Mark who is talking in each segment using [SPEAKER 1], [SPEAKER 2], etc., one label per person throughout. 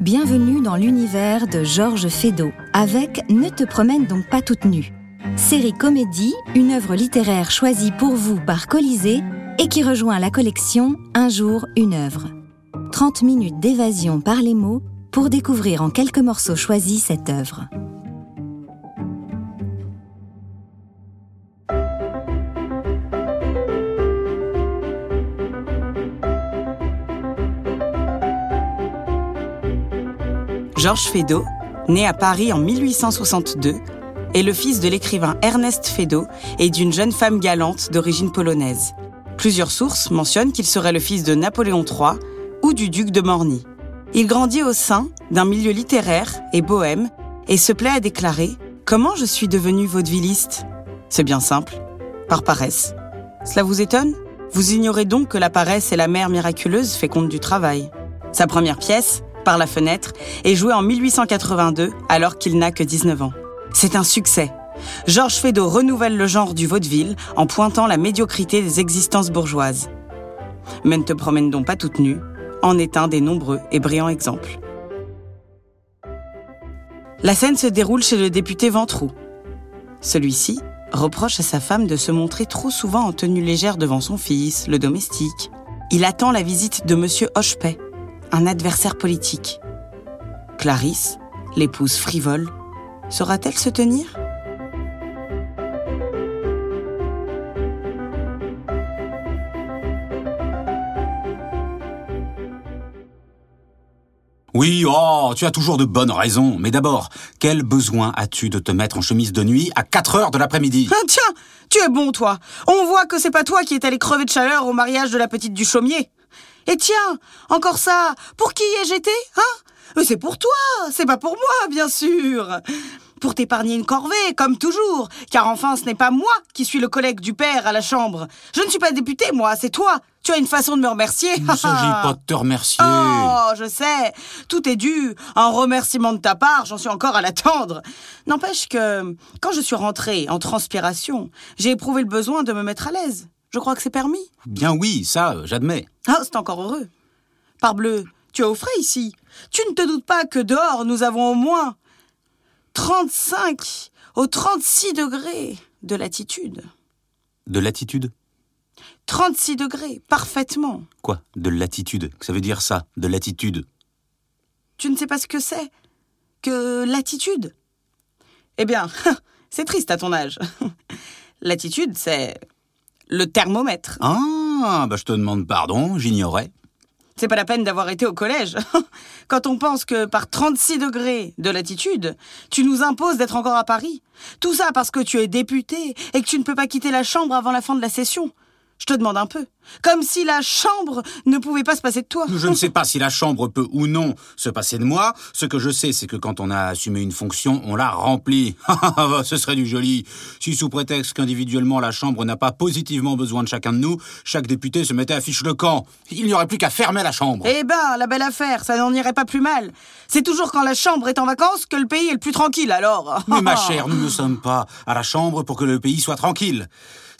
[SPEAKER 1] bienvenue dans l'univers de Georges Feydeau avec Ne te promène donc pas toute nue. Série comédie, une œuvre littéraire choisie pour vous par Colisée et qui rejoint la collection Un jour, une œuvre. 30 minutes d'évasion par les mots pour découvrir en quelques morceaux choisis cette œuvre.
[SPEAKER 2] Georges Feydeau, né à Paris en 1862, est le fils de l'écrivain Ernest Feydeau et d'une jeune femme galante d'origine polonaise. Plusieurs sources mentionnent qu'il serait le fils de Napoléon III ou du duc de Morny. Il grandit au sein d'un milieu littéraire et bohème et se plaît à déclarer Comment je suis devenu vaudevilliste C'est bien simple, par paresse. Cela vous étonne Vous ignorez donc que la paresse est la mère miraculeuse féconde du travail. Sa première pièce, par la fenêtre et joué en 1882 alors qu'il n'a que 19 ans. C'est un succès. Georges Feydeau renouvelle le genre du vaudeville en pointant la médiocrité des existences bourgeoises. Mais ne te promène donc pas toute nue en est un des nombreux et brillants exemples. La scène se déroule chez le député Ventroux. Celui-ci reproche à sa femme de se montrer trop souvent en tenue légère devant son fils, le domestique. Il attend la visite de monsieur Hochepay, un adversaire politique. Clarisse, l'épouse frivole, saura-t-elle se tenir
[SPEAKER 3] Oui, oh, tu as toujours de bonnes raisons. Mais d'abord, quel besoin as-tu de te mettre en chemise de nuit à 4 heures de l'après-midi
[SPEAKER 2] Ah, Tiens, tu es bon, toi. On voit que c'est pas toi qui est allé crever de chaleur au mariage de la petite du chaumier. Et tiens, encore ça, pour qui ai-je été, hein Mais C'est pour toi, c'est pas pour moi, bien sûr. Pour t'épargner une corvée, comme toujours, car enfin ce n'est pas moi qui suis le collègue du père à la chambre. Je ne suis pas député, moi, c'est toi. Tu as une façon de me remercier.
[SPEAKER 3] Il ne s'agit pas de te remercier.
[SPEAKER 2] Ah. Oh, je sais, tout est dû. Un remerciement de ta part, j'en suis encore à l'attendre. N'empêche que, quand je suis rentrée en transpiration, j'ai éprouvé le besoin de me mettre à l'aise. Je crois que c'est permis.
[SPEAKER 3] Bien oui, ça, euh, j'admets.
[SPEAKER 2] Ah, c'est encore heureux. Parbleu, tu es au frais ici. Tu ne te doutes pas que dehors, nous avons au moins 35 au 36 degrés de latitude.
[SPEAKER 3] De l'attitude
[SPEAKER 2] 36 degrés, parfaitement.
[SPEAKER 3] Quoi De l'attitude Ça veut dire ça, de l'attitude.
[SPEAKER 2] Tu ne sais pas ce que c'est Que l'attitude Eh bien, c'est triste à ton âge. L'attitude, c'est le thermomètre.
[SPEAKER 3] Ah, bah je te demande pardon, j'ignorais.
[SPEAKER 2] C'est pas la peine d'avoir été au collège. Quand on pense que par 36 degrés de latitude, tu nous imposes d'être encore à Paris. Tout ça parce que tu es député et que tu ne peux pas quitter la chambre avant la fin de la session. Je te demande un peu. Comme si la chambre ne pouvait pas se passer de toi.
[SPEAKER 3] Je ne sais pas si la chambre peut ou non se passer de moi. Ce que je sais, c'est que quand on a assumé une fonction, on la remplit. Ce serait du joli. Si sous prétexte qu'individuellement la chambre n'a pas positivement besoin de chacun de nous, chaque député se mettait à fiche le camp. Il n'y aurait plus qu'à fermer la chambre.
[SPEAKER 2] Eh ben, la belle affaire, ça n'en irait pas plus mal. C'est toujours quand la chambre est en vacances que le pays est le plus tranquille, alors.
[SPEAKER 3] Mais ma chère, nous ne sommes pas à la chambre pour que le pays soit tranquille.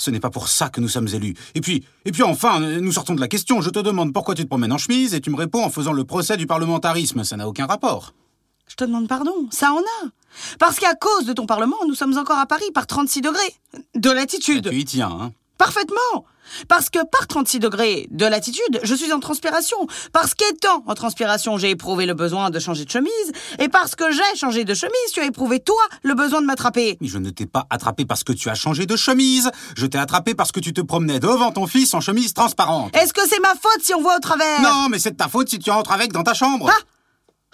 [SPEAKER 3] Ce n'est pas pour ça que nous sommes élus. Et puis, et puis enfin, nous sortons de la question. Je te demande pourquoi tu te promènes en chemise et tu me réponds en faisant le procès du parlementarisme. Ça n'a aucun rapport.
[SPEAKER 2] Je te demande pardon, ça en a. Parce qu'à cause de ton parlement, nous sommes encore à Paris par 36 degrés de latitude.
[SPEAKER 3] Tu y tiens, hein
[SPEAKER 2] Parfaitement Parce que par 36 degrés de latitude, je suis en transpiration. Parce qu'étant en transpiration, j'ai éprouvé le besoin de changer de chemise. Et parce que j'ai changé de chemise, tu as éprouvé, toi, le besoin de m'attraper.
[SPEAKER 3] Mais je ne t'ai pas attrapé parce que tu as changé de chemise. Je t'ai attrapé parce que tu te promenais devant ton fils en chemise transparente.
[SPEAKER 2] Est-ce que c'est ma faute si on voit au travers
[SPEAKER 3] Non, mais c'est de ta faute si tu entres avec dans ta chambre.
[SPEAKER 2] eh.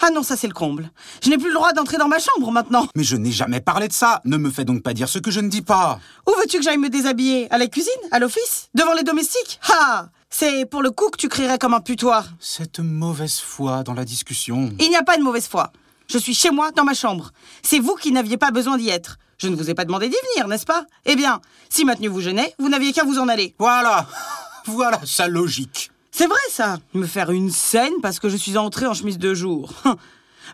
[SPEAKER 2] Ah Ah non, ça c'est le comble. Je n'ai plus le droit d'entrer dans ma chambre maintenant.
[SPEAKER 3] Mais je n'ai jamais parlé de ça. Ne me fais donc pas dire ce que je ne dis pas.
[SPEAKER 2] Où veux-tu que j'aille me déshabiller À la cuisine À l'office Devant les domestiques Ah C'est pour le coup que tu crierais comme un putoir.
[SPEAKER 3] Cette mauvaise foi dans la discussion.
[SPEAKER 2] Il n'y a pas de mauvaise foi. Je suis chez moi, dans ma chambre. C'est vous qui n'aviez pas besoin d'y être. Je ne vous ai pas demandé d'y venir, n'est-ce pas Eh bien, si ma tenue vous gênait, vous n'aviez qu'à vous en aller.
[SPEAKER 3] Voilà Voilà sa logique.
[SPEAKER 2] C'est vrai, ça Me faire une scène parce que je suis entrée en chemise de jour.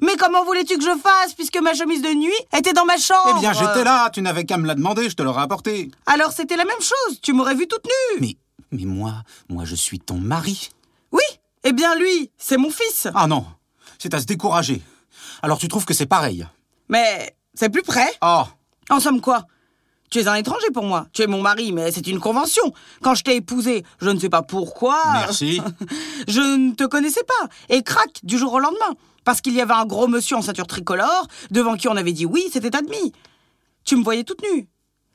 [SPEAKER 2] Mais comment voulais-tu que je fasse puisque ma chemise de nuit était dans ma chambre
[SPEAKER 3] Eh bien, j'étais là. Tu n'avais qu'à me la demander, je te l'aurais apportée.
[SPEAKER 2] Alors c'était la même chose, tu m'aurais vue toute nue
[SPEAKER 3] Mais, mais moi, moi, je suis ton mari.
[SPEAKER 2] Oui Eh bien lui, c'est mon fils
[SPEAKER 3] Ah non c'est à se décourager. Alors tu trouves que c'est pareil
[SPEAKER 2] Mais c'est plus près.
[SPEAKER 3] Ah
[SPEAKER 2] En somme quoi Tu es un étranger pour moi. Tu es mon mari, mais c'est une convention. Quand je t'ai épousé, je ne sais pas pourquoi.
[SPEAKER 3] Merci.
[SPEAKER 2] je ne te connaissais pas. Et crac, du jour au lendemain. Parce qu'il y avait un gros monsieur en ceinture tricolore, devant qui on avait dit oui, c'était admis. Tu me voyais toute nue.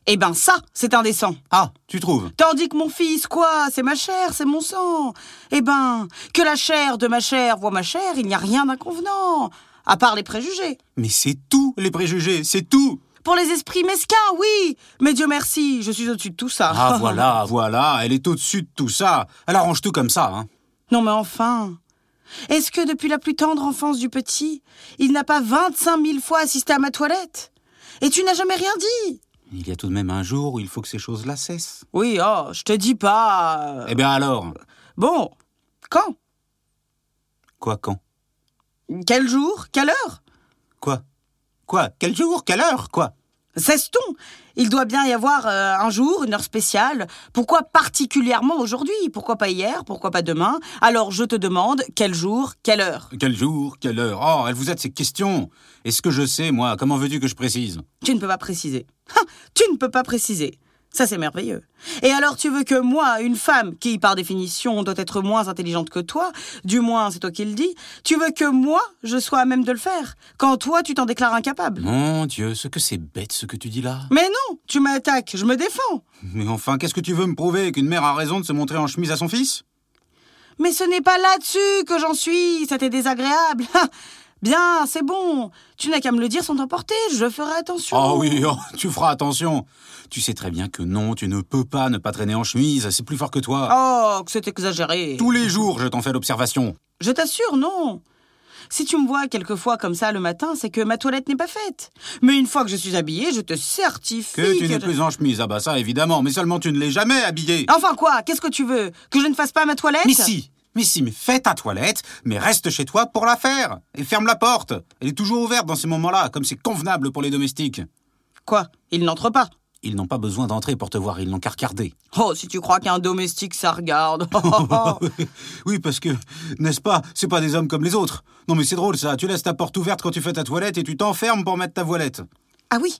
[SPEAKER 2] Eh ben ça, c'est indécent.
[SPEAKER 3] Ah, tu trouves
[SPEAKER 2] Tandis que mon fils, quoi, c'est ma chair, c'est mon sang. Eh ben, que la chair de ma chair voit ma chair, il n'y a rien d'inconvenant, à part les préjugés.
[SPEAKER 3] Mais c'est tout, les préjugés, c'est tout
[SPEAKER 2] Pour les esprits mesquins, oui, mais Dieu merci, je suis au-dessus de tout ça.
[SPEAKER 3] Ah voilà, voilà, elle est au-dessus de tout ça. Elle arrange tout comme ça, hein.
[SPEAKER 2] Non mais enfin Est-ce que depuis la plus tendre enfance du petit, il n'a pas 25 000 fois assisté à ma toilette Et tu n'as jamais rien dit
[SPEAKER 3] Il y a tout de même un jour où il faut que ces choses-là cessent.
[SPEAKER 2] Oui, oh, je te dis pas...
[SPEAKER 3] Eh bien alors
[SPEAKER 2] Bon, quand
[SPEAKER 3] Quoi quand
[SPEAKER 2] Quel jour Quelle heure
[SPEAKER 3] Quoi Quoi Quel jour Quelle heure Quoi
[SPEAKER 2] Cesse-t-on Il doit bien y avoir euh, un jour, une heure spéciale. Pourquoi particulièrement aujourd'hui Pourquoi pas hier Pourquoi pas demain Alors je te demande, quel jour, quelle heure
[SPEAKER 3] Quel jour Quelle heure Oh, elle vous aide ces questions Est-ce que je sais, moi Comment veux-tu que je précise
[SPEAKER 2] Tu ne peux pas préciser. Ha tu ne peux pas préciser. Ça c'est merveilleux. Et alors tu veux que moi, une femme qui par définition doit être moins intelligente que toi, du moins c'est toi qui le dis, tu veux que moi je sois à même de le faire, quand toi tu t'en déclares incapable
[SPEAKER 3] Mon Dieu, ce que c'est bête ce que tu dis là
[SPEAKER 2] Mais non, tu m'attaques, je me défends.
[SPEAKER 3] Mais enfin, qu'est-ce que tu veux me prouver Qu'une mère a raison de se montrer en chemise à son fils
[SPEAKER 2] Mais ce n'est pas là-dessus que j'en suis, c'était désagréable. Ha Bien, c'est bon. Tu n'as qu'à me le dire sans t'emporter, je ferai attention.
[SPEAKER 3] Oh oui, oh, tu feras attention Tu sais très bien que non, tu ne peux pas ne pas traîner en chemise, c'est plus fort que toi.
[SPEAKER 2] Oh, que c'est exagéré.
[SPEAKER 3] Tous les jours, je t'en fais l'observation.
[SPEAKER 2] Je t'assure, non. Si tu me vois quelquefois comme ça le matin, c'est que ma toilette n'est pas faite. Mais une fois que je suis habillée, je te certifie
[SPEAKER 3] Que tu n'es
[SPEAKER 2] je-
[SPEAKER 3] plus en chemise, ah bah ça évidemment, mais seulement tu ne l'es jamais habillée
[SPEAKER 2] Enfin quoi Qu'est-ce que tu veux Que je ne fasse pas ma toilette
[SPEAKER 3] Mais si mais si, mais fais ta toilette, mais reste chez toi pour la faire. Et ferme la porte. Elle est toujours ouverte dans ces moments-là, comme c'est convenable pour les domestiques.
[SPEAKER 2] Quoi Il n'entre pas.
[SPEAKER 3] Ils n'ont pas besoin d'entrer pour te voir, ils n'ont qu'à regarder.
[SPEAKER 2] Oh, si tu crois qu'un domestique ça regarde.
[SPEAKER 3] oui, parce que, n'est-ce pas, c'est pas des hommes comme les autres. Non mais c'est drôle ça, tu laisses ta porte ouverte quand tu fais ta toilette et tu t'enfermes pour mettre ta voilette.
[SPEAKER 2] Ah oui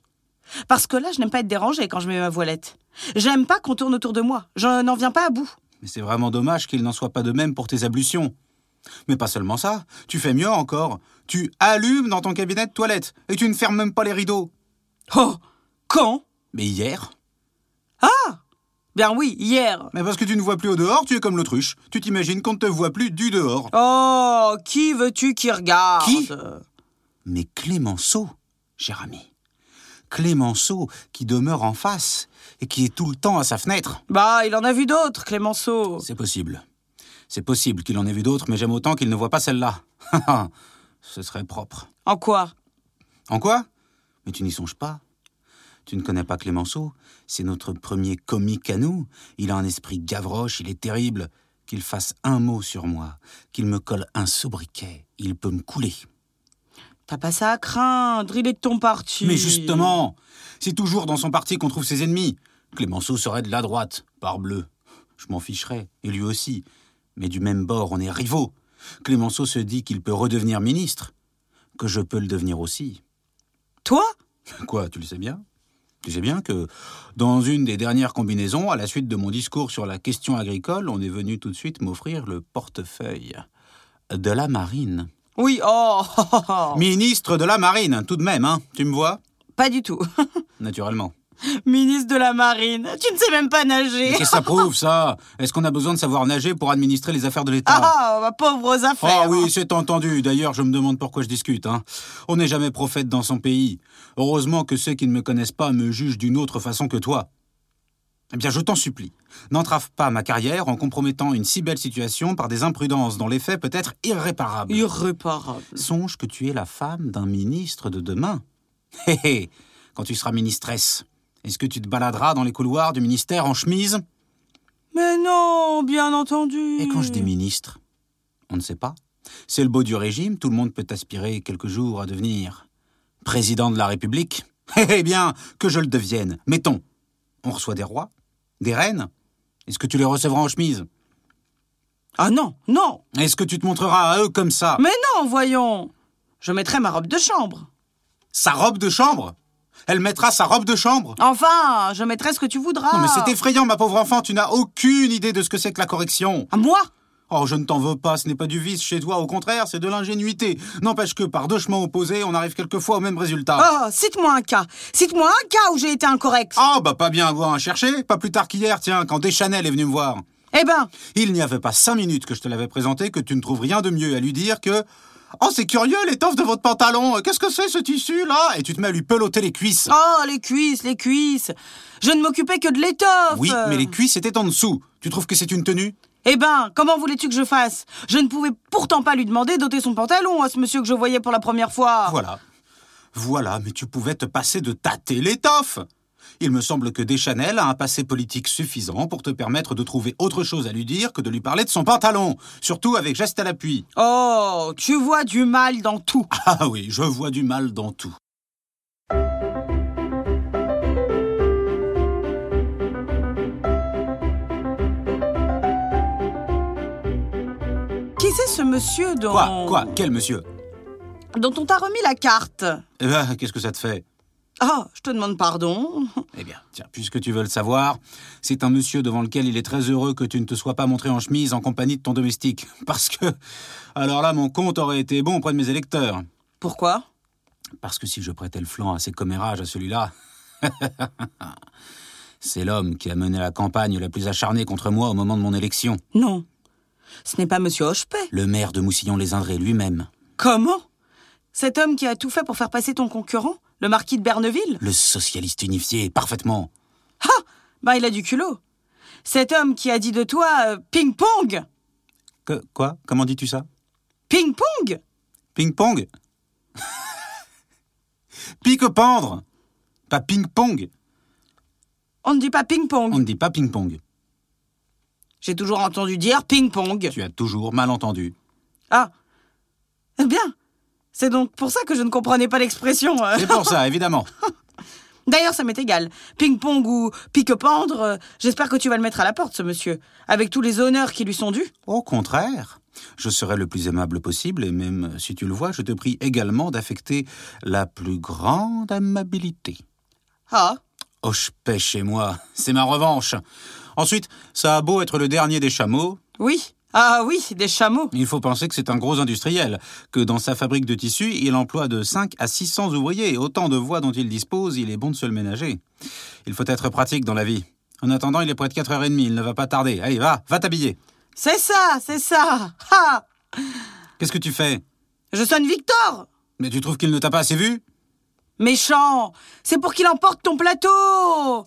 [SPEAKER 2] Parce que là, je n'aime pas être dérangée quand je mets ma voilette. J'aime pas qu'on tourne autour de moi. Je n'en viens pas à bout.
[SPEAKER 3] Mais c'est vraiment dommage qu'il n'en soit pas de même pour tes ablutions. Mais pas seulement ça, tu fais mieux encore. Tu allumes dans ton cabinet de toilette et tu ne fermes même pas les rideaux.
[SPEAKER 2] Oh Quand
[SPEAKER 3] Mais hier
[SPEAKER 2] Ah Bien oui, hier.
[SPEAKER 3] Mais parce que tu ne vois plus au dehors, tu es comme l'autruche. Tu t'imagines qu'on ne te voit plus du dehors.
[SPEAKER 2] Oh, qui veux-tu qui regarde
[SPEAKER 3] Qui Mais Clémenceau, cher ami. Clémenceau qui demeure en face et qui est tout le temps à sa fenêtre.
[SPEAKER 2] Bah, il en a vu d'autres, Clémenceau.
[SPEAKER 3] C'est possible. C'est possible qu'il en ait vu d'autres, mais j'aime autant qu'il ne voit pas celle-là. Ce serait propre.
[SPEAKER 2] En quoi
[SPEAKER 3] En quoi Mais tu n'y songes pas. Tu ne connais pas Clémenceau. C'est notre premier comique à nous. Il a un esprit gavroche, il est terrible. Qu'il fasse un mot sur moi, qu'il me colle un sobriquet, il peut me couler.
[SPEAKER 2] T'as pas ça à craindre, il est de ton parti.
[SPEAKER 3] Mais justement, c'est toujours dans son parti qu'on trouve ses ennemis. Clémenceau serait de la droite, parbleu. Je m'en ficherais, et lui aussi. Mais du même bord, on est rivaux. Clémenceau se dit qu'il peut redevenir ministre, que je peux le devenir aussi.
[SPEAKER 2] Toi
[SPEAKER 3] Quoi, tu le sais bien Tu sais bien que dans une des dernières combinaisons, à la suite de mon discours sur la question agricole, on est venu tout de suite m'offrir le portefeuille de la marine.
[SPEAKER 2] Oui, oh,
[SPEAKER 3] Ministre de la marine, tout de même, hein, tu me vois
[SPEAKER 2] Pas du tout.
[SPEAKER 3] Naturellement.
[SPEAKER 2] Ministre de la Marine, tu ne sais même pas
[SPEAKER 3] Mais
[SPEAKER 2] nager.
[SPEAKER 3] qu'est-ce que ça prouve, ça Est-ce qu'on a besoin de savoir nager pour administrer les affaires de l'État
[SPEAKER 2] Ah, bah, pauvres affaires.
[SPEAKER 3] Ah oui, c'est entendu. D'ailleurs, je me demande pourquoi je discute. hein. On n'est jamais prophète dans son pays. Heureusement que ceux qui ne me connaissent pas me jugent d'une autre façon que toi. Eh bien, je t'en supplie, n'entrave pas ma carrière en compromettant une si belle situation par des imprudences dont l'effet peut être irréparable.
[SPEAKER 2] Irréparable.
[SPEAKER 3] Songe que tu es la femme d'un ministre de demain. Hé hé, quand tu seras ministresse, est-ce que tu te baladeras dans les couloirs du ministère en chemise
[SPEAKER 2] Mais non, bien entendu.
[SPEAKER 3] Et quand je dis ministre, on ne sait pas. C'est le beau du régime, tout le monde peut aspirer quelques jours à devenir président de la République. Eh bien, que je le devienne. Mettons, on reçoit des rois, des reines. Est-ce que tu les recevras en chemise
[SPEAKER 2] Ah non, non
[SPEAKER 3] Est-ce que tu te montreras à eux comme ça
[SPEAKER 2] Mais non, voyons Je mettrai ma robe de chambre.
[SPEAKER 3] Sa robe de chambre Elle mettra sa robe de chambre
[SPEAKER 2] Enfin, je mettrai ce que tu voudras.
[SPEAKER 3] Non mais c'est effrayant, ma pauvre enfant, tu n'as aucune idée de ce que c'est que la correction.
[SPEAKER 2] À moi
[SPEAKER 3] Oh, je ne t'en veux pas, ce n'est pas du vice chez toi, au contraire, c'est de l'ingénuité. N'empêche que par deux chemins opposés, on arrive quelquefois au même résultat.
[SPEAKER 2] Oh, cite-moi un cas. Cite-moi un cas où j'ai été incorrect.
[SPEAKER 3] Ah, bah pas bien avoir à chercher, pas plus tard qu'hier, tiens, quand Deschanel est venu me voir.
[SPEAKER 2] Eh ben,
[SPEAKER 3] Il n'y avait pas cinq minutes que je te l'avais présenté que tu ne trouves rien de mieux à lui dire que Oh, c'est curieux l'étoffe de votre pantalon, qu'est-ce que c'est ce tissu-là Et tu te mets à lui peloter les cuisses.
[SPEAKER 2] oh, les cuisses, les cuisses. Je ne m'occupais que de l'étoffe.
[SPEAKER 3] Ah oui,
[SPEAKER 2] euh.
[SPEAKER 3] mais les cuisses étaient en dessous. Tu trouves que c'est une tenue
[SPEAKER 2] Eh ben, comment voulais-tu que je fasse Je ne pouvais pourtant pas lui demander d'ôter son pantalon à ce monsieur que je voyais pour la première fois.
[SPEAKER 3] Voilà. Voilà, mais tu pouvais te passer de tâter l'étoffe. Il me semble que Deschanel a un passé politique suffisant pour te permettre de trouver autre chose à lui dire que de lui parler de son pantalon, surtout avec geste à l'appui.
[SPEAKER 2] Oh, tu vois du mal dans tout.
[SPEAKER 3] Ah oui, je vois du mal dans tout.
[SPEAKER 2] Qui c'est ce monsieur dont...
[SPEAKER 3] Quoi Quoi Quel monsieur
[SPEAKER 2] dont on t'a remis la carte
[SPEAKER 3] Eh ben, Qu'est-ce que ça te fait
[SPEAKER 2] Ah, je te demande pardon.
[SPEAKER 3] Eh bien, tiens, puisque tu veux le savoir, c'est un monsieur devant lequel il est très heureux que tu ne te sois pas montré en chemise en compagnie de ton domestique. Parce que, alors là, mon compte aurait été bon auprès de mes électeurs.
[SPEAKER 2] Pourquoi
[SPEAKER 3] Parce que si je prêtais le flanc à ces commérages, à celui-là. C'est l'homme qui a mené la campagne la plus acharnée contre moi au moment de mon élection.
[SPEAKER 2] Non. Ce n'est pas monsieur Hochepay.
[SPEAKER 3] Le maire de Moussillon-les-Indrés lui-même.
[SPEAKER 2] Comment Cet homme qui a tout fait pour faire passer ton concurrent, le marquis de Berneville
[SPEAKER 3] Le socialiste unifié, parfaitement.
[SPEAKER 2] Ah Bah, il a du culot. Cet homme qui a dit de toi euh, ping-pong
[SPEAKER 3] Que, quoi Comment dis-tu ça
[SPEAKER 2] Ping-pong
[SPEAKER 3] Ping-pong Pique-pendre Pas ping-pong
[SPEAKER 2] On ne dit pas ping-pong.
[SPEAKER 3] On ne dit pas ping-pong.
[SPEAKER 2] J'ai toujours entendu dire ping-pong.
[SPEAKER 3] Tu as toujours mal entendu.
[SPEAKER 2] Ah Eh bien C'est donc pour ça que je ne comprenais pas l'expression. euh.
[SPEAKER 3] C'est pour ça, évidemment.
[SPEAKER 2] D'ailleurs, ça m'est égal. Ping-pong ou pique-pendre, euh, j'espère que tu vas le mettre à la porte, ce monsieur, avec tous les honneurs qui lui sont dus.
[SPEAKER 3] Au contraire, je serai le plus aimable possible et même si tu le vois, je te prie également d'affecter la plus grande amabilité.
[SPEAKER 2] Ah
[SPEAKER 3] Oh, je paie chez moi, c'est ma revanche. Ensuite, ça a beau être le dernier des chameaux,
[SPEAKER 2] Oui Ah oui, des chameaux
[SPEAKER 3] il faut penser que c'est un gros industriel, que dans sa fabrique de tissus, il emploie de 5 à 600 ouvriers et autant de voies dont il dispose, il est bon de se le ménager. Il faut être pratique dans la vie. En attendant, il est près de 4h30, il ne va pas tarder. Allez, va, va t'habiller.
[SPEAKER 2] C'est ça, c'est ça Ah
[SPEAKER 3] Qu'est-ce que tu fais
[SPEAKER 2] Je sonne Victor
[SPEAKER 3] Mais tu trouves qu'il ne t'a pas assez vu
[SPEAKER 2] Méchant C'est pour qu'il emporte ton plateau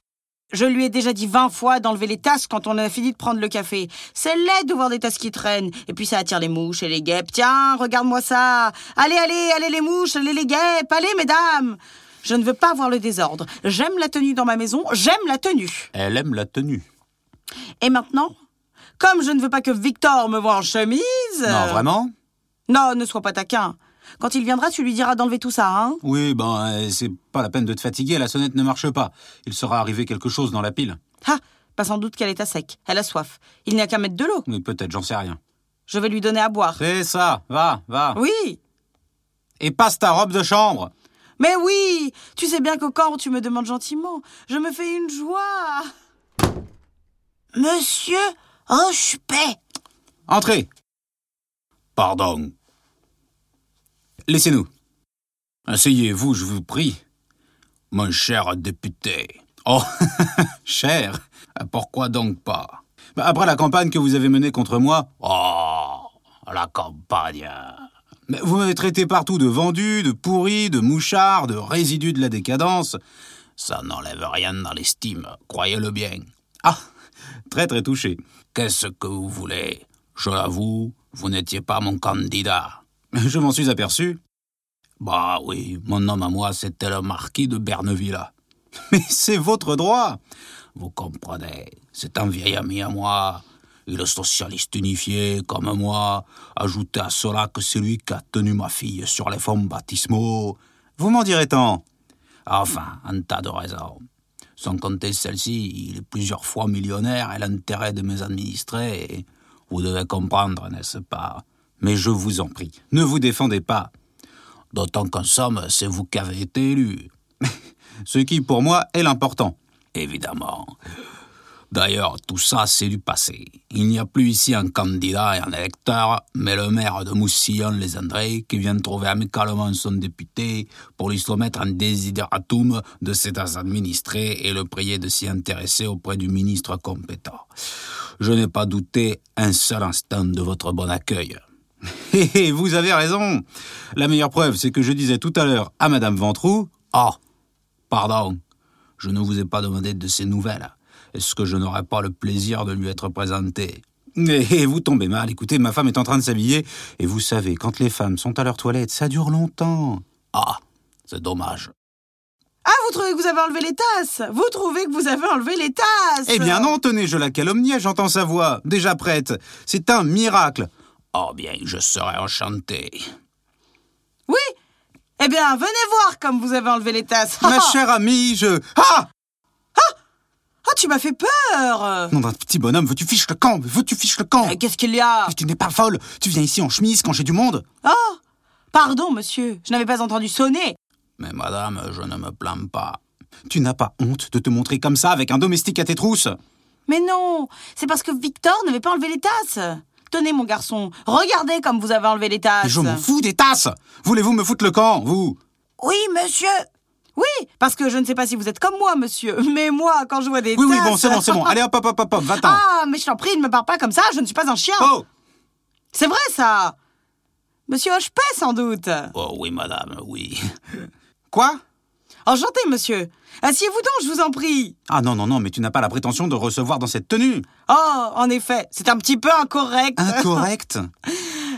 [SPEAKER 2] Je lui ai déjà dit vingt fois d'enlever les tasses quand on a fini de prendre le café. C'est laid de voir des tasses qui traînent. Et puis ça attire les mouches et les guêpes. Tiens, regarde-moi ça Allez, allez, allez les mouches, allez les guêpes, allez mesdames Je ne veux pas voir le désordre. J'aime la tenue dans ma maison, j'aime la tenue.
[SPEAKER 3] Elle aime la tenue.
[SPEAKER 2] Et maintenant comme je ne veux pas que Victor me voie en chemise.
[SPEAKER 3] Non, vraiment
[SPEAKER 2] Non, ne sois pas taquin. Quand il viendra, tu lui diras d'enlever tout ça, hein
[SPEAKER 3] Oui, ben, euh, c'est pas la peine de te fatiguer, la sonnette ne marche pas. Il sera arrivé quelque chose dans la pile.
[SPEAKER 2] Ah, pas sans doute qu'elle est à sec. Elle a soif. Il n'y a qu'à mettre de l'eau.
[SPEAKER 3] Mais peut-être, j'en sais rien.
[SPEAKER 2] Je vais lui donner à boire.
[SPEAKER 3] C'est ça, va, va.
[SPEAKER 2] Oui,
[SPEAKER 3] Et passe ta robe de chambre.
[SPEAKER 2] mais oui Tu sais bien que quand tu me demandes gentiment, je me fais une joie. Monsieur Rochepay
[SPEAKER 3] Entrez. Pardon. Laissez-nous. Asseyez-vous, je vous prie. Mon cher député. Oh, cher, pourquoi donc pas Bah, Après la campagne que vous avez menée contre moi. Oh, la campagne. Mais vous m'avez traité partout de vendu, de pourri, de mouchard, de résidu de la décadence. Ça n'enlève rien dans l'estime, croyez-le bien. Ah, très très touché. Qu'est-ce que vous voulez Je l'avoue, vous n'étiez pas mon candidat. Je m'en suis aperçu. Bah oui, mon homme à moi, c'était le marquis de Bernevilla. Mais c'est votre droit. Vous comprenez, c'est un vieil ami à moi. Il est socialiste unifié, comme moi. Ajoutez à cela que c'est lui qui a tenu ma fille sur les fonds baptismaux. Vous m'en direz tant Enfin, un tas de raisons. Sans compter celle-ci, il est plusieurs fois millionnaire et l'intérêt de mes administrés. Vous devez comprendre, n'est-ce pas Mais je vous en prie, ne vous défendez pas. D'autant qu'en somme, c'est vous qui avez été élu. Ce qui, pour moi, est l'important. Évidemment. D'ailleurs, tout ça, c'est du passé. Il n'y a plus ici un candidat et un électeur, mais le maire de Moussillon, les André, qui vient trouver amicalement son député pour lui soumettre un désideratum de ses administrés et le prier de s'y intéresser auprès du ministre compétent. Je n'ai pas douté un seul instant de votre bon accueil. Hé hé, vous avez raison. La meilleure preuve, c'est que je disais tout à l'heure à Madame Ventroux, ah, pardon, je ne vous ai pas demandé de ses nouvelles. Est-ce que je n'aurais pas le plaisir de lui être présenté et vous tombez mal, écoutez, ma femme est en train de s'habiller, et vous savez, quand les femmes sont à leur toilette, ça dure longtemps. Ah, c'est dommage.
[SPEAKER 2] Ah, vous trouvez que vous avez enlevé les tasses Vous trouvez que vous avez enlevé les tasses
[SPEAKER 3] Eh bien non, tenez, je la calomniais, j'entends sa voix, déjà prête. C'est un miracle. Oh bien, je serais enchanté.
[SPEAKER 2] Oui Eh bien, venez voir comme vous avez enlevé les tasses.
[SPEAKER 3] Ma chère amie, je... Ah
[SPEAKER 2] Ah, tu m'as fait peur
[SPEAKER 3] Non, d'un petit bonhomme, veux-tu fiches le camp Veux-tu fiches le camp
[SPEAKER 2] Euh, Qu'est-ce qu'il y a
[SPEAKER 3] Tu n'es pas folle Tu viens ici en chemise quand j'ai du monde
[SPEAKER 2] Oh Pardon, monsieur, je n'avais pas entendu sonner.
[SPEAKER 3] Mais madame, je ne me plains pas. Tu n'as pas honte de te montrer comme ça avec un domestique à tes trousses
[SPEAKER 2] Mais non, c'est parce que Victor n'avait pas enlevé les tasses. Tenez, mon garçon, regardez comme vous avez enlevé les tasses.
[SPEAKER 3] Mais je m'en fous des tasses Voulez-vous me foutre le camp, vous
[SPEAKER 2] Oui, monsieur Oui, parce que je ne sais pas si vous êtes comme moi, monsieur, mais moi, quand je vois des
[SPEAKER 3] Oui,
[SPEAKER 2] tasses...
[SPEAKER 3] oui, bon, c'est bon, c'est bon. Allez, hop, hop, hop, hop, hop, va-t'en.
[SPEAKER 2] Ah, mais je t'en prie, ne me parle pas comme ça, je ne suis pas un chien
[SPEAKER 3] Oh
[SPEAKER 2] C'est vrai, ça Monsieur Hochepay, sans doute
[SPEAKER 3] Oh oui, madame, oui. Quoi
[SPEAKER 2] Enchanté, monsieur Asseyez-vous donc, je vous en prie
[SPEAKER 3] Ah non, non, non, mais tu n'as pas la prétention de recevoir dans cette tenue.
[SPEAKER 2] Oh, en effet, c'est un petit peu incorrect
[SPEAKER 3] Hein? Incorrect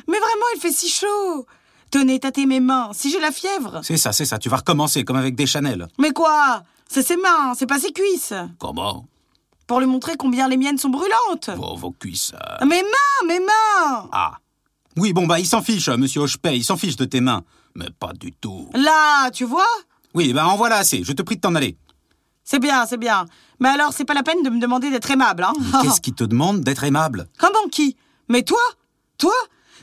[SPEAKER 2] Mais vraiment, il fait si chaud Tenez, tâtez mes mains, si j'ai la fièvre
[SPEAKER 3] C'est ça, c'est ça, tu vas recommencer comme avec des Chanel.
[SPEAKER 2] Mais quoi C'est ses mains, c'est pas ses cuisses
[SPEAKER 3] Comment
[SPEAKER 2] Pour lui montrer combien les miennes sont brûlantes
[SPEAKER 3] Vos, vos cuisses. euh,
[SPEAKER 2] Mes mains, mes mains
[SPEAKER 3] Ah. Oui, bon, bah, il s'en fiche, euh, monsieur Hochepay, il s'en fiche de tes mains. Mais pas du tout.
[SPEAKER 2] Là, tu vois
[SPEAKER 3] Oui, bah, en voilà assez, je te prie de t'en aller.
[SPEAKER 2] C'est bien, c'est bien. Mais alors, c'est pas la peine de me demander d'être aimable, hein
[SPEAKER 3] Qu'est-ce qui te demande d'être aimable
[SPEAKER 2] Comment qui Mais toi Toi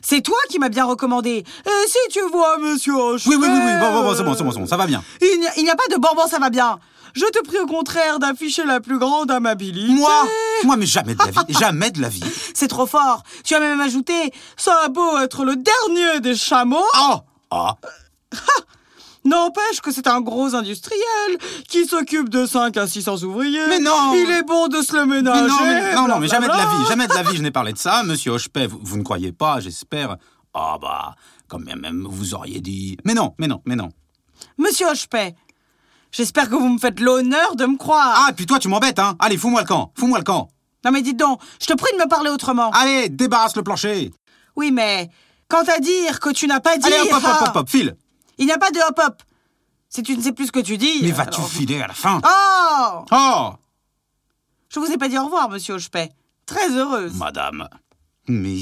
[SPEAKER 2] C'est toi qui m'as bien recommandé. Et si tu vois, monsieur Hochefeu,
[SPEAKER 3] Oui, oui, oui, oui, bon, bon, bon, c'est bon, c'est bon, c'est bon, ça va bien.
[SPEAKER 2] Il n'y a, il n'y a pas de bonbon, ça va bien. Je te prie au contraire d'afficher la plus grande amabilité.
[SPEAKER 3] Moi Moi, mais jamais de la vie, jamais de la vie.
[SPEAKER 2] C'est trop fort. Tu as même ajouté Ça a beau être le dernier des chameaux.
[SPEAKER 3] Oh Ah
[SPEAKER 2] N'empêche que c'est un gros industriel qui s'occupe de 5 à 600 ouvriers.
[SPEAKER 3] Mais non
[SPEAKER 2] Il est bon de se le ménager.
[SPEAKER 3] Mais non, mais, non, non,
[SPEAKER 2] blablabla.
[SPEAKER 3] mais jamais de la vie, jamais de la vie, je n'ai parlé de ça. Monsieur Hochepay, vous, vous ne croyez pas, j'espère. Ah bah, quand bien même vous auriez dit... Mais non, mais non, mais non.
[SPEAKER 2] Monsieur Hochepay, j'espère que vous me faites l'honneur de me croire.
[SPEAKER 3] Ah, puis toi, tu m'embêtes, hein Allez, fous-moi le camp, fous-moi le camp.
[SPEAKER 2] Non mais dites donc, je te prie de me parler autrement.
[SPEAKER 3] Allez, débarrasse le plancher.
[SPEAKER 2] Oui mais, quant à dire que tu n'as pas dit...
[SPEAKER 3] Allez, hop, hop, hop, hop, hop, file.
[SPEAKER 2] Il n'y a pas de hop-hop. Si tu ne sais plus ce que tu dis...
[SPEAKER 3] Mais vas-tu
[SPEAKER 2] alors-
[SPEAKER 3] filer à la fin
[SPEAKER 2] Oh
[SPEAKER 3] Oh
[SPEAKER 2] Je vous ai pas dit au revoir, monsieur Hochepay. Très heureuse.
[SPEAKER 3] Madame. Mais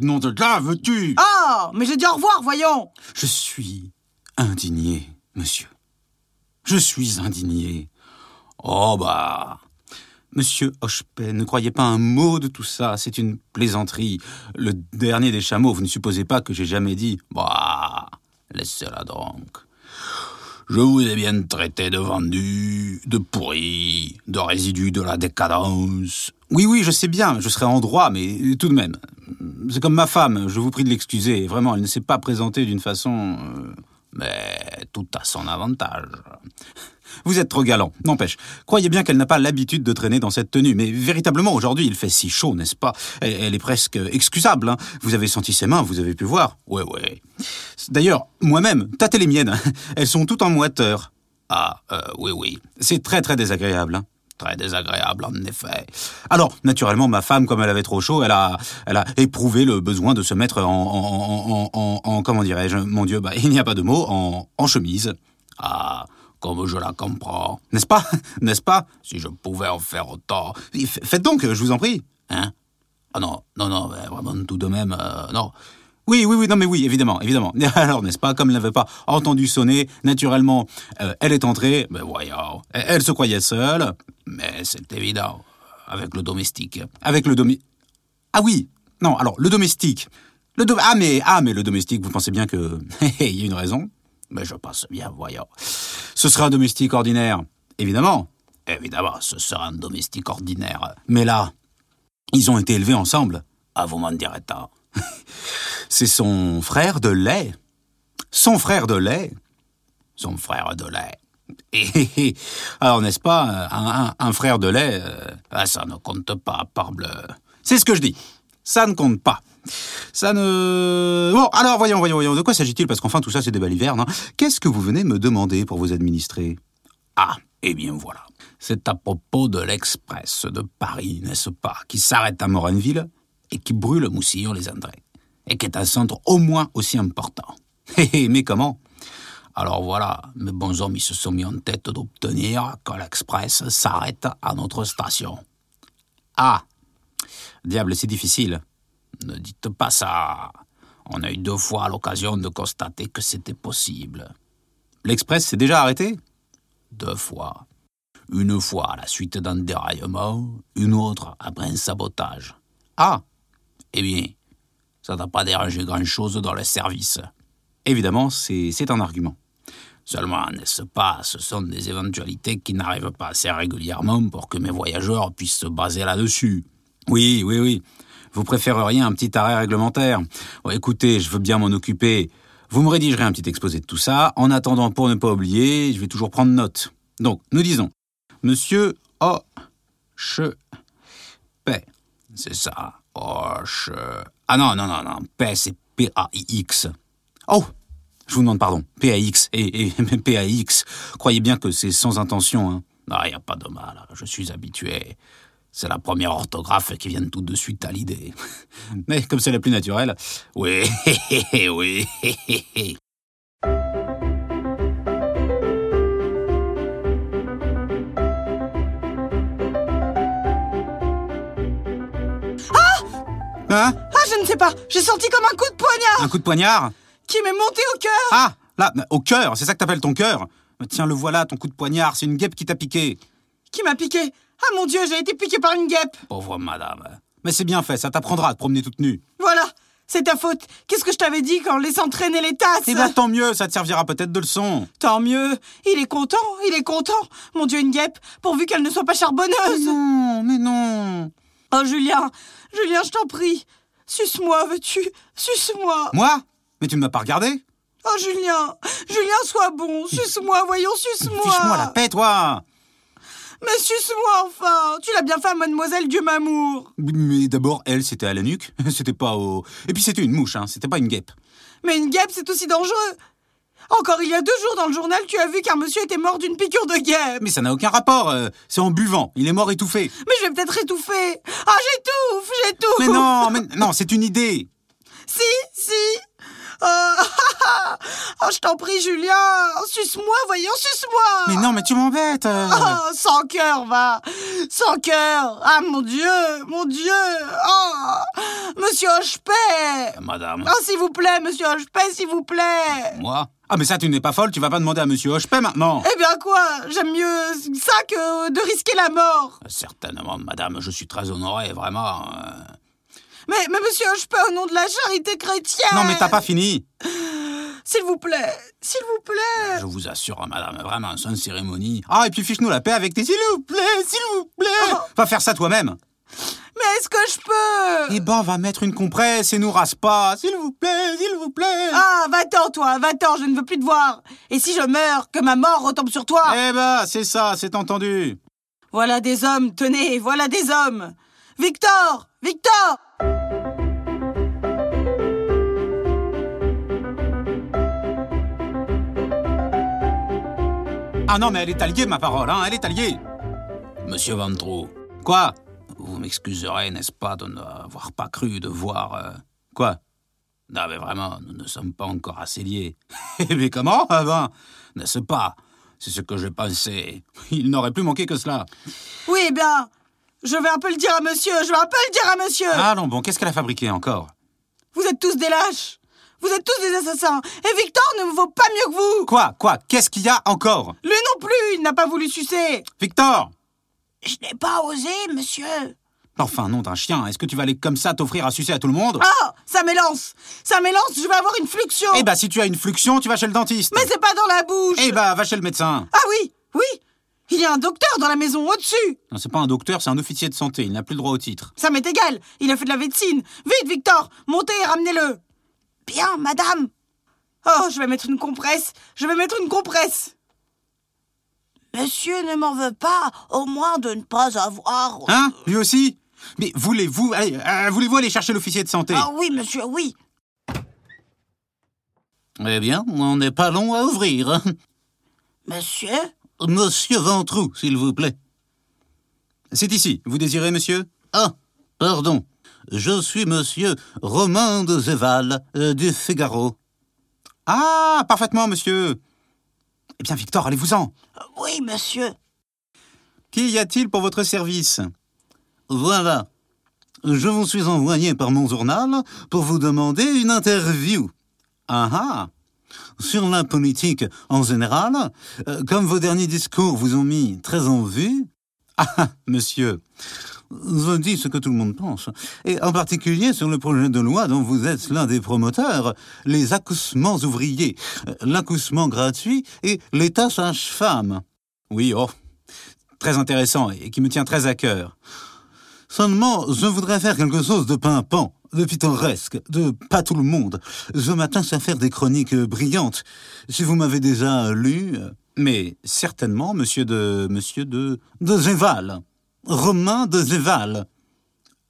[SPEAKER 3] non de là, veux-tu
[SPEAKER 2] Oh Mais j'ai dit au revoir, voyons
[SPEAKER 3] Je suis indigné, monsieur. Je suis indigné. Oh bah. Monsieur Hochepay, ne croyez pas un mot de tout ça, c'est une plaisanterie. Le dernier des chameaux, vous ne supposez pas que j'ai jamais dit Bah, laissez-la donc. Je vous ai bien traité de vendu, de pourri, de résidu de la décadence. Oui, oui, je sais bien, je serai en droit, mais tout de même. C'est comme ma femme, je vous prie de l'excuser. Vraiment, elle ne s'est pas présentée d'une façon. euh, Mais tout à son avantage. Vous êtes trop galant, n'empêche. Croyez bien qu'elle n'a pas l'habitude de traîner dans cette tenue, mais véritablement, aujourd'hui, il fait si chaud, n'est-ce pas elle, elle est presque excusable. hein. vous avez senti ses mains, vous avez pu voir. Ouais, ouais. D'ailleurs, moi-même, tâtez les miennes. Elles sont toutes en moiteur. Ah, euh, oui, oui. C'est très, très désagréable. hein. Très désagréable, en effet. Alors, naturellement, ma femme, comme elle avait trop chaud, elle a, elle a éprouvé le besoin de se mettre en, en, en- en- en- en- comment dirais-je, mon Dieu, bah, il n'y a pas de mot, en, en chemise. Ah, comme je la comprends. N'est-ce pas N'est-ce pas Si je pouvais en faire autant. F- Faites donc, je vous en prie. Hein ah non, non, non, mais vraiment tout de même, euh, non. Oui, oui, oui, non, mais oui, évidemment, évidemment. Alors, n'est-ce pas, comme elle n'avait pas entendu sonner, naturellement, euh, elle est entrée, mais voyons, elle, elle se croyait seule, mais c'est évident, avec le domestique. Avec le domi... Ah oui, Non, alors, le domestique. Le do- Ah, mais, ah, mais le domestique, vous pensez bien que. Il y a une raison Mais je pense bien, voyons. Ce sera un domestique ordinaire. Évidemment. Évidemment, ce sera un domestique ordinaire. Mais là, ils ont été élevés ensemble. Ah, vous m'en direz tant. C'est son frère de lait. Son frère de lait. Son frère de lait. Hé, hé, hé. Alors, n'est-ce pas, un, un- un frère de lait, euh, ah, ça ne compte pas, parbleu. C'est ce que je dis. Ça ne compte pas. Ça ne... Bon, alors, voyons, voyons, voyons. De quoi s'agit-il Parce qu'enfin, tout ça, c'est des balivernes. hein. Qu'est-ce que vous venez me demander pour vous administrer Ah, eh bien, voilà. C'est à propos de l'Express de Paris, n'est-ce pas, qui s'arrête à Morinville et qui brûle Moussillon-les-Andrés. Et qui est un centre au moins aussi important. Hé, hé, mais comment alors voilà, mes bons hommes, ils se sont mis en tête d'obtenir que l'express s'arrête à notre station. Ah Diable, c'est difficile. Ne dites pas ça. On a eu deux fois l'occasion de constater que c'était possible. L'express s'est déjà arrêté Deux fois. Une fois à la suite d'un déraillement, une autre après un sabotage. Ah Eh bien, ça n'a pas dérangé grand-chose dans le service. Évidemment, c'est c'est un argument. Seulement, n'est-ce pas, ce sont des éventualités qui n'arrivent pas assez régulièrement pour que mes voyageurs puissent se baser là-dessus. Oui, oui, oui. Vous préféreriez un petit arrêt réglementaire Oh, Écoutez, je veux bien m'en occuper. Vous me rédigerez un petit exposé de tout ça. En attendant, pour ne pas oublier, je vais toujours prendre note. Donc, nous disons, Monsieur O. Che. P. C'est ça. O. Che. Ah non, non, non, non. P, c'est P-A-I-X. Oh Je vous demande pardon. PAX. Et, et mais PAX. Croyez bien que c'est sans intention, hein. Ah, y a pas de mal. Je suis habitué. C'est la première orthographe qui vient tout de suite à l'idée. Mais comme c'est la plus naturelle. Oui, oui. Hein
[SPEAKER 2] Ah, je ne sais pas, j'ai senti comme un coup de poignard
[SPEAKER 3] Un coup de poignard
[SPEAKER 2] qui m'est monté au cœur.
[SPEAKER 3] Ah, là, au cœur, c'est ça que t'appelles ton cœur Tiens, le voilà, ton coup de poignard, c'est une guêpe qui t'a piqué.
[SPEAKER 2] Qui m'a piqué Ah mon dieu, j'ai été piqué par une guêpe.
[SPEAKER 3] Pauvre madame. Mais c'est bien fait, ça t'apprendra à te promener toute nue.
[SPEAKER 2] Voilà, c'est ta faute. Qu'est-ce que je t'avais dit quand laissant traîner les tasses
[SPEAKER 3] Eh ben tant mieux, ça te servira peut-être de leçon.
[SPEAKER 2] Tant mieux. Il est content, il est content. Mon dieu, une guêpe, pourvu qu'elle ne soit pas charbonneuse.
[SPEAKER 3] non, mais non.
[SPEAKER 2] Oh Julien, Julien, je t'en prie. Suce-moi, veux-tu Suce-moi.
[SPEAKER 3] Moi Mais tu ne m'as pas regardé
[SPEAKER 2] Oh Julien, Julien, sois bon. Suce-moi, voyons, suce-moi.
[SPEAKER 3] Fiche-moi la paix, toi
[SPEAKER 2] Mais suce-moi enfin. Tu l'as bien fait à mademoiselle Dieu m'amour.
[SPEAKER 3] Mais d'abord, elle, c'était à la nuque, c'était pas au... Et puis c'était une mouche, hein, c'était pas une guêpe.
[SPEAKER 2] Mais une guêpe, c'est aussi dangereux. Encore il y a deux jours dans le journal, tu as vu qu'un monsieur était mort d'une piqûre de guêpe.
[SPEAKER 3] Mais ça n'a aucun rapport, euh, c'est en buvant, il est mort étouffé.
[SPEAKER 2] Mais je vais peut-être étouffer. Ah, j'étouffe, j'étouffe.
[SPEAKER 3] Mais non, mais non, c'est une idée.
[SPEAKER 2] Si, si. Euh, oh, je t'en prie, Julien. Oh, Suce-moi, voyons, suce-moi.
[SPEAKER 3] Mais non, mais tu m'embêtes. euh.
[SPEAKER 2] Oh, sans cœur, va. Sans cœur. Ah, mon Dieu, mon Dieu. Oh, monsieur Hochepay.
[SPEAKER 3] Madame.
[SPEAKER 2] Oh, s'il vous plaît, monsieur Hochepay, s'il vous plaît.
[SPEAKER 3] Moi Ah mais ça tu n'es pas folle, tu vas pas demander à monsieur Hochepay maintenant
[SPEAKER 2] Eh bien quoi, j'aime mieux ça que de risquer la mort.
[SPEAKER 3] Certainement madame, je suis très honoré, vraiment. euh.
[SPEAKER 2] Mais, mais monsieur Hochepay, au nom de la charité chrétienne.
[SPEAKER 3] Non mais t'as pas fini
[SPEAKER 2] S'il vous plaît, s'il vous plaît.
[SPEAKER 3] Je vous assure madame, vraiment, sans cérémonie. Oh. Ah et puis fiche-nous la paix avec tes s'il vous plaît, s'il vous plaît Va faire ça toi-même
[SPEAKER 2] Mais est-ce que je peux
[SPEAKER 3] Eh ben va mettre une compresse et nous rase pas, s'il vous plaît, s'il vous plaît
[SPEAKER 2] Ah, va-t'en, toi, va-t'en, je ne veux plus te voir. Et si je meurs, que ma mort retombe sur toi.
[SPEAKER 3] Eh ben c'est ça, c'est entendu
[SPEAKER 2] Voilà des hommes, tenez, voilà des hommes. Victor, Victor
[SPEAKER 3] Ah non, mais elle est alliée, ma parole, hein, elle est alliée Monsieur Ventroux. Quoi Vous m'excuserez, n'est-ce pas, de n'avoir pas cru de voir. euh, Quoi Non, mais vraiment, nous ne sommes pas encore assez liés. Eh, mais comment Ah ben, n'est-ce pas C'est ce que je pensais. Il n'aurait plus manqué que cela.
[SPEAKER 2] Oui, eh bien, je vais un peu le dire à monsieur, je vais un peu le dire à monsieur
[SPEAKER 3] Allons, Ah, bon, qu'est-ce qu'elle a fabriqué encore
[SPEAKER 2] Vous êtes tous des lâches Vous êtes tous des assassins Et Victor ne me vaut pas mieux que vous
[SPEAKER 3] Quoi Quoi Qu'est-ce qu'il y a encore
[SPEAKER 2] Lui non plus, il n'a pas voulu sucer
[SPEAKER 3] Victor
[SPEAKER 2] Je n'ai pas osé, monsieur
[SPEAKER 3] Enfin, non, d'un chien, est-ce que tu vas aller comme ça t'offrir à sucer à tout le monde
[SPEAKER 2] Ah Ça m'élance Ça m'élance, je vais avoir une fluxion
[SPEAKER 3] Eh bah, si tu as une fluxion, tu vas chez le dentiste
[SPEAKER 2] Mais c'est pas dans la bouche
[SPEAKER 3] Eh bah, va chez le médecin
[SPEAKER 2] Ah oui Oui Il y a un docteur dans la maison au-dessus
[SPEAKER 3] Non, c'est pas un docteur, c'est un officier de santé, il n'a plus le droit au titre.
[SPEAKER 2] Ça m'est égal Il a fait de la médecine Vite, Victor Montez et ramenez-le Bien, madame Oh, je vais mettre une compresse Je vais mettre une compresse Monsieur ne m'en veut pas, au moins de ne pas avoir...
[SPEAKER 3] Hein Lui aussi Mais voulez-vous allez, euh, voulez-vous aller chercher l'officier de santé
[SPEAKER 2] Ah oui, monsieur, oui
[SPEAKER 3] Eh bien, on n'est pas long à ouvrir. hein.
[SPEAKER 2] Monsieur
[SPEAKER 3] Monsieur Ventroux, s'il vous plaît. C'est ici. Vous désirez, monsieur Ah, pardon. Je suis monsieur Romain de Zéval, du Figaro. Ah, parfaitement, monsieur. Eh bien, Victor, allez-vous-en.
[SPEAKER 2] Oui, monsieur
[SPEAKER 3] Qu'y a-t-il pour votre service Voilà. Je vous suis envoyé par mon journal pour vous demander une interview. Ah ah Sur la politique en général, euh, comme vos derniers discours vous ont mis très en vue. Ah ah, monsieur, je dis ce que tout le monde pense, et en particulier sur le projet de loi dont vous êtes l'un des promoteurs, les accoussements ouvriers, euh, l'accoussement gratuit et l'état sage-femme. Oui, oh, très intéressant et qui me tient très à cœur. Seulement, je voudrais faire quelque chose de pimpant, de pittoresque, de pas tout le monde. Je m'attache à faire des chroniques euh, brillantes. Si vous m'avez déjà lu, euh, mais certainement, monsieur de. monsieur de. de Zéval. Romain de Zéval.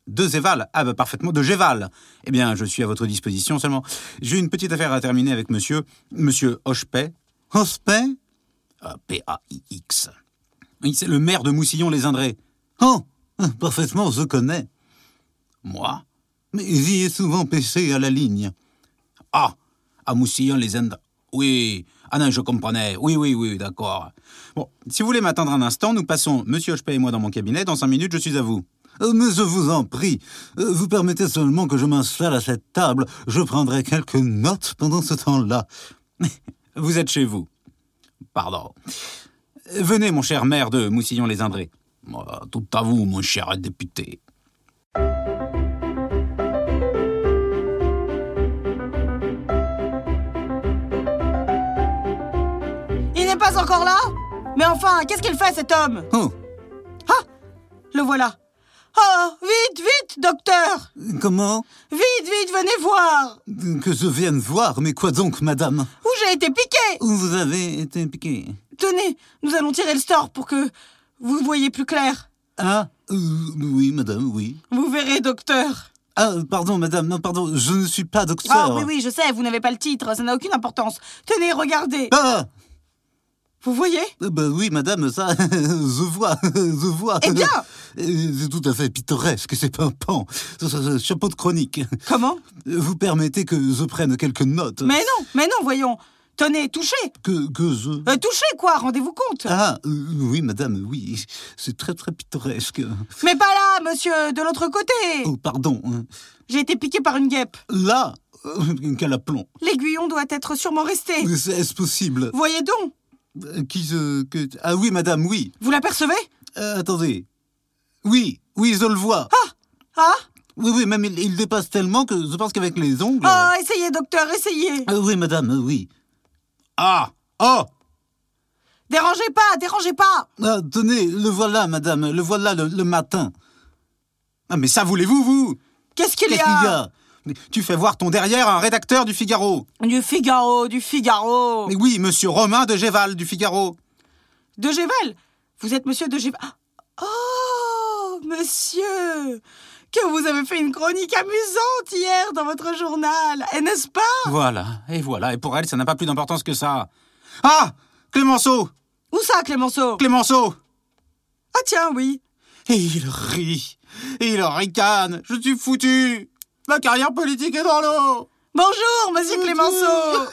[SPEAKER 3] De Zéval Ah, bah parfaitement, de Géval. Eh bien, je suis à votre disposition seulement. J'ai une petite affaire à terminer avec monsieur. monsieur Ah, Hochepay. Hospet P-A-I-X. Oui, c'est le maire de Moussillon-les-Indrés. Oh Parfaitement, je connais. Moi Mais j'y ai souvent pêché à la ligne. Ah À Moussillon-les-Indrés. Oui Ah non, je comprenais. Oui, oui, oui, d'accord. Bon, si vous voulez m'attendre un instant, nous passons, monsieur Hochepay et moi, dans mon cabinet. Dans cinq minutes, je suis à vous. Euh, Mais je vous en prie, euh, vous permettez seulement que je m'installe à cette table. Je prendrai quelques notes pendant ce temps-là. vous êtes chez vous. Pardon. Venez, mon cher maire de Moussillon-les-Indrés. Ah, Tout à vous, mon cher député.
[SPEAKER 2] Il n'est pas encore là Mais enfin, qu'est-ce qu'il fait cet homme
[SPEAKER 3] Oh,
[SPEAKER 2] Ah Le voilà Oh Vite, vite, docteur
[SPEAKER 3] comment
[SPEAKER 2] Vite, vite, venez voir
[SPEAKER 3] Que je vienne voir, mais quoi donc, madame
[SPEAKER 2] Où j'ai été piqué
[SPEAKER 3] Où vous avez été piqué
[SPEAKER 2] Tenez, nous allons tirer le store pour que vous voyez plus clair.
[SPEAKER 3] Ah, euh, oui, madame, oui.
[SPEAKER 2] Vous verrez, docteur.
[SPEAKER 3] Ah, pardon, madame, non, pardon, je ne suis pas docteur.
[SPEAKER 2] Ah oui, oui, je sais, vous n'avez pas le titre, ça n'a aucune importance. Tenez, regardez.
[SPEAKER 3] Ah,
[SPEAKER 2] Vous voyez
[SPEAKER 3] euh, bah oui, madame, ça, je vois, je vois.
[SPEAKER 2] Eh bien
[SPEAKER 3] Euh, C'est tout à fait pittoresque, c'est pimpant. Ça, ça, ça, Chapeau de chronique.
[SPEAKER 2] Comment
[SPEAKER 3] Vous permettez que je prenne quelques notes
[SPEAKER 2] Mais non, mais non, voyons. Tenez, touchez.
[SPEAKER 3] que, que je...
[SPEAKER 2] Euh, touchez quoi, rendez-vous compte.
[SPEAKER 3] Ah, euh, oui, madame, oui. C'est très, très pittoresque.
[SPEAKER 2] Mais pas là, monsieur, de l'autre côté.
[SPEAKER 3] Oh, pardon.
[SPEAKER 2] J'ai été piqué par une guêpe.
[SPEAKER 3] Là, euh, quel aplomb.
[SPEAKER 2] L'aiguillon doit être sûrement resté.
[SPEAKER 3] Est-ce possible
[SPEAKER 2] Voyez donc,
[SPEAKER 3] Euh, Qui je... que- Ah oui, madame, oui.
[SPEAKER 2] vous l'apercevez
[SPEAKER 3] Euh, attendez. Oui, oui, je le vois.
[SPEAKER 2] Ah
[SPEAKER 3] Oui, oui, même il, il dépasse tellement que je pense qu'avec les ongles...
[SPEAKER 2] Ah, essayez, docteur, essayez.
[SPEAKER 3] Euh, oui, madame, euh, oui. Ah Oh
[SPEAKER 2] Dérangez pas, dérangez pas.
[SPEAKER 3] Ah, Tenez, le voilà, madame. Le voilà le, le matin. Ah, mais ça voulez-vous, vous
[SPEAKER 2] Qu'est-ce qu'il y
[SPEAKER 3] Qu'est-ce
[SPEAKER 2] a
[SPEAKER 3] qu'il y a Mais Tu fais voir ton derrière un rédacteur du Figaro.
[SPEAKER 2] Du Figaro, du Figaro.
[SPEAKER 3] Mais oui, monsieur Romain de Géval du Figaro.
[SPEAKER 2] De Géval Vous êtes monsieur de Géval Oh, monsieur Que vous avez fait une chronique amusante hier dans votre journal, et n'est-ce pas
[SPEAKER 3] Voilà, et voilà, et pour elle, ça n'a pas plus d'importance que ça. Ah Clémenceau
[SPEAKER 2] Où ça, Clémenceau
[SPEAKER 3] Clémenceau
[SPEAKER 2] Ah tiens, oui.
[SPEAKER 3] Et il rit Et il ricane Je suis foutu Ma carrière politique est dans l'eau
[SPEAKER 2] Bonjour, monsieur Clémenceau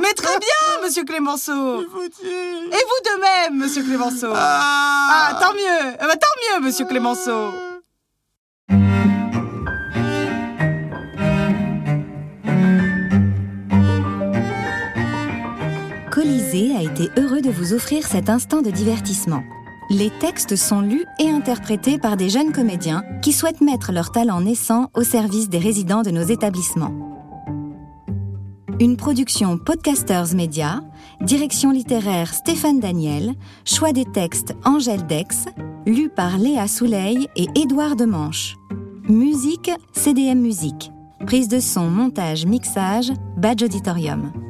[SPEAKER 2] Mais très bien, monsieur Clémenceau Et
[SPEAKER 3] Je suis foutu
[SPEAKER 2] vous de même, monsieur Clémenceau Ah, tant mieux Eh ben, Tant mieux, monsieur Clémenceau
[SPEAKER 1] Colisée a été heureux de vous offrir cet instant de divertissement. Les textes sont lus et interprétés par des jeunes comédiens qui souhaitent mettre leur talent naissant au service des résidents de nos établissements. Une production Podcasters Media, direction littéraire Stéphane Daniel, choix des textes Angèle Dex, lu par Léa Souleil et Édouard Demanche. Musique CDM Musique. Prise de son, montage, mixage, badge auditorium.